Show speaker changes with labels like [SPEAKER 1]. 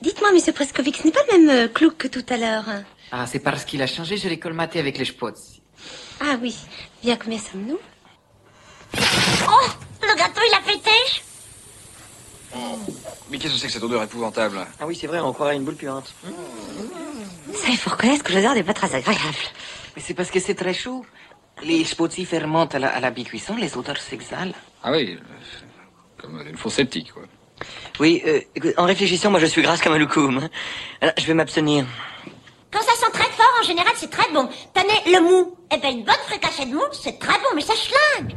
[SPEAKER 1] Excusez-moi, monsieur Preskovic, ce n'est pas le même euh, clown que tout à l'heure. hein.
[SPEAKER 2] Ah, c'est parce qu'il a changé, je l'ai colmaté avec les spots.
[SPEAKER 1] Ah oui. Bien, combien sommes-nous
[SPEAKER 3] Oh Le gâteau, il a pété
[SPEAKER 4] Mais qu'est-ce que c'est que cette odeur épouvantable
[SPEAKER 5] Ah oui, c'est vrai, on croirait une boule puante.
[SPEAKER 1] Ça, il faut reconnaître que l'odeur n'est pas très agréable.
[SPEAKER 2] Mais c'est parce que c'est très chaud. Les spots fermentent à la, à la bicuisson, les odeurs s'exhalent.
[SPEAKER 4] Ah oui, euh, comme une fausse sceptique, quoi.
[SPEAKER 5] Oui, euh, écoute, en réfléchissant, moi je suis grasse comme un loukoum. hein. Alors, je vais m'abstenir.
[SPEAKER 3] Quand ça sent très fort, en général, c'est très bon. Tenez, le mou. Eh ben, une bonne fricassée de mou, c'est très bon, mais ça schlingue